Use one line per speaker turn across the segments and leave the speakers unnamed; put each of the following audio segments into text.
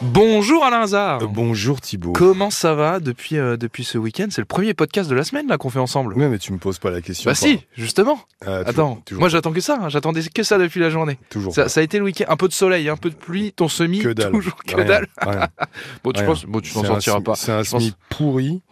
Bonjour Alain Hazard
Euh, bonjour Thibaut.
Comment ça va depuis, euh, depuis ce week-end C'est le premier podcast de la semaine là qu'on fait ensemble.
Ouais, mais tu me poses pas la question.
bah si, justement.
Euh, toujours-
Attends,
toujours
moi
pas,
j'attends que ça. hein. J'attendais que ça depuis la journée.
toujours
Ça,
pas.
ça a été le week-end. Un peu de soleil, un peu de pluie, ton semi,
Que dalle.
toujours que
Rien,
dalle.
rien.
Bon, tu
rien.
penses, bon, tu t'en
C'est un
sortiras
smi-
pas.
C'est un
Je pense-
semi pourri.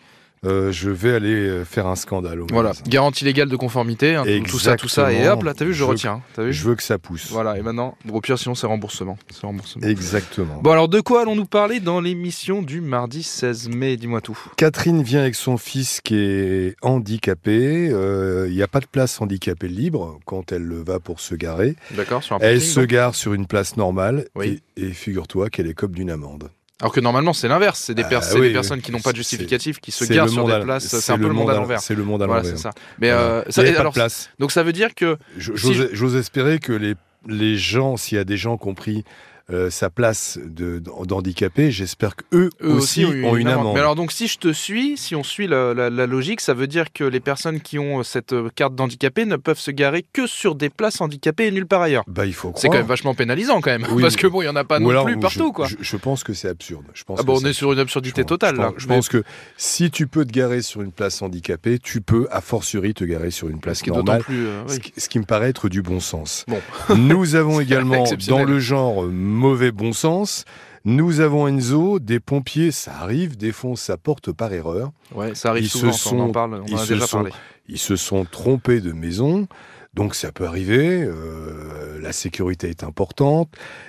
Euh, je vais aller euh, faire un scandale. au
Voilà,
magasin.
garantie légale de conformité, hein, tout ça, tout ça, et
Exactement.
hop là, t'as vu, je,
Je-
retiens. hein. T'as vu
Je veux que ça pousse.
Voilà, et maintenant, au pire, sinon c'est remboursement. C'est remboursement.
Exactement.
Bon, alors de quoi allons-nous parler dans l'émission du mardi 16 mai Dis-moi tout.
Catherine vient avec son fils qui est handicapé. Euh, Il n'y a pas de place handicapée libre quand elle le va pour se garer.
D'accord, sur un
Elle
parking,
se
donc.
gare sur une place normale
bah, Oui.
et, et figure-toi qu'elle écope d'une amende.
Alors que normalement, c'est l'inverse. C'est des, pers-
Ah,
c'est
oui,
des
oui.
personnes qui n'ont pas de
C'est-
justificatif, qui se
C'est
garent
le
sur
monde
des
à-
places. C'est un peu le monde à l'envers.
C'est le monde à
Voilà,
l'envers.
c'est ça. Mais
Voilà.
euh,
Il
ça, et
n'y avait pas de
alors,
place.
donc ça veut dire que
Je-
Si
J'ose j'ose espérer que les, les gens, s'il y a des gens qui ont pris euh, sa place de- d'handicapé, j'espère qu'eux
eux aussi,
aussi,
ont eu
ont une amende.
Mais alors donc, si je te suis, si on suit la, la- la logique, ça veut dire que les personnes qui ont euh, cette euh, carte d'handicapé ne peuvent se garer que sur des places handicapées et nulle part ailleurs.
bah, il faut croire.
C'est quand même vachement pénalisant quand même,
Oui.
parce que bon, il y en a pas
Ou
non
alors,
plus
je-
partout quoi.
Je, je pense que c'est absurde. Je pense
Ah bon, on
que
est
c'est-
sur une
je
absurdité
pense-
totale hein.
je
là.
pense, je pense que si tu peux te garer sur une place handicapée, tu peux a fortiori te garer sur une
Mais-
place
ce qui est d'autant
normale.
plus. euh, oui.
Ce qui, ce qui me paraît être du bon sens.
Bon.
Nous avons également,
exceptionnel.
dans le genre euh, mauvais bon sens, nous avons Enzo, des pompiers, ça arrive, défoncent sa porte par erreur.
Ouais, ça arrive
Ils se
souvent. ça, on en
sont-
parle, on
ils
en a
se
déjà
sont-
parlé.
Ils se sont trompés de maison, donc ça peut arriver. euh, la sécurité est importante.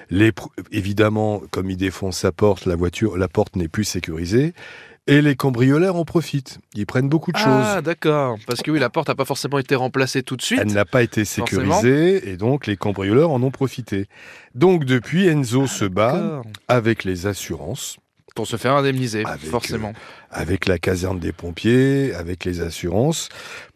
Les pr- évidemment, comme ils défoncent sa porte, la voiture, la porte n'est plus sécurisée. Et les cambrioleurs en profitent. Ils prennent beaucoup de
Ah
choses.
d'accord, parce que oui, la porte n'a pas forcément été remplacée tout de suite.
Elle n'a pas été
forcément.
sécurisée et donc les cambrioleurs en ont profité. Donc depuis, Enzo se bat
Ah, D'accord.
avec les assurances,
Pour se faire indemniser,
Avec, euh,
forcément.
avec la caserne des pompiers, avec les assurances,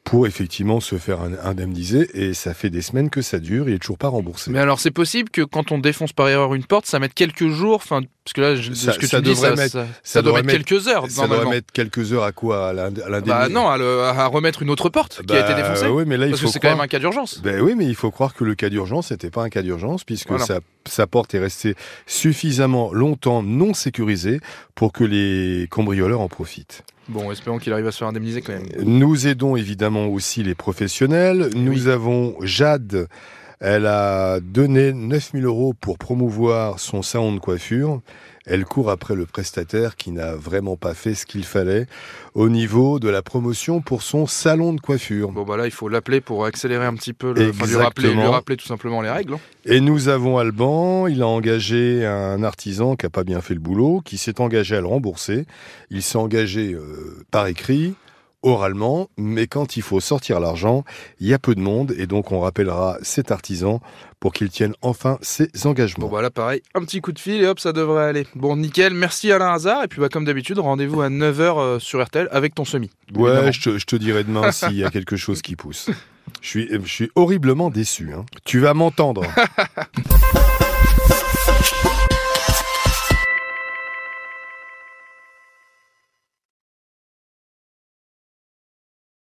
pour effectivement se faire in- indemniser. Et ça fait des semaines que ça dure. Il est toujours pas remboursé.
Mais alors, c'est possible que quand on défonce par erreur une porte, ça mette quelques jours, enfin, parce que là, je-
Ça-
ce que
ça
tu dis,
devrait
ça,
mettre-
ça- ça
ça
doit
devrait
mettre
mettre-
quelques heures,
Ça doit
normalement.
mettre quelques heures à quoi À l'ind- à l'indemnité
Bah non, à, le- à remettre une autre porte qui a été
Bah,
défoncée.
Oui, mais là, il
parce que
faut
c'est quand
croire...
même un cas d'urgence.
Ben oui, mais il faut croire que le cas d'urgence n'était pas un cas d'urgence, puisque
Voilà.
sa, sa porte est restée suffisamment longtemps non sécurisée pour que les cambrioleurs en profitent.
Bon, espérons qu'il arrive à se faire indemniser quand même.
Nous aidons évidemment aussi les professionnels. Nous avons Jade. Elle a donné 9000 euros pour promouvoir son salon de coiffure. Elle court après le prestataire qui n'a vraiment pas fait ce qu'il fallait au niveau de la promotion pour son salon de coiffure.
Bon, bah là, il faut l'appeler pour accélérer un petit peu, le, enfin, lui,
Exactement.
rappeler, lui rappeler tout simplement les règles. hein.
Et nous avons Alban, il a engagé un artisan qui n'a pas bien fait le boulot, qui s'est engagé à le rembourser. Il s'est engagé euh, par écrit, oralement, mais quand il faut sortir l'argent, il y a peu de monde, et donc on rappellera cet artisan pour qu'il tienne enfin ses engagements.
Bon, bah là, pareil, un petit coup de fil et hop, ça devrait aller. Bon, nickel, merci Alain Hazard. Et puis, bah, comme d'habitude, rendez-vous à 9h sur RTL avec ton semi. bah, évidemment.
ouais, je te, je te dirai demain s'il y a quelque chose qui pousse. Je suis, je suis horriblement déçu. hein. Tu vas m'entendre.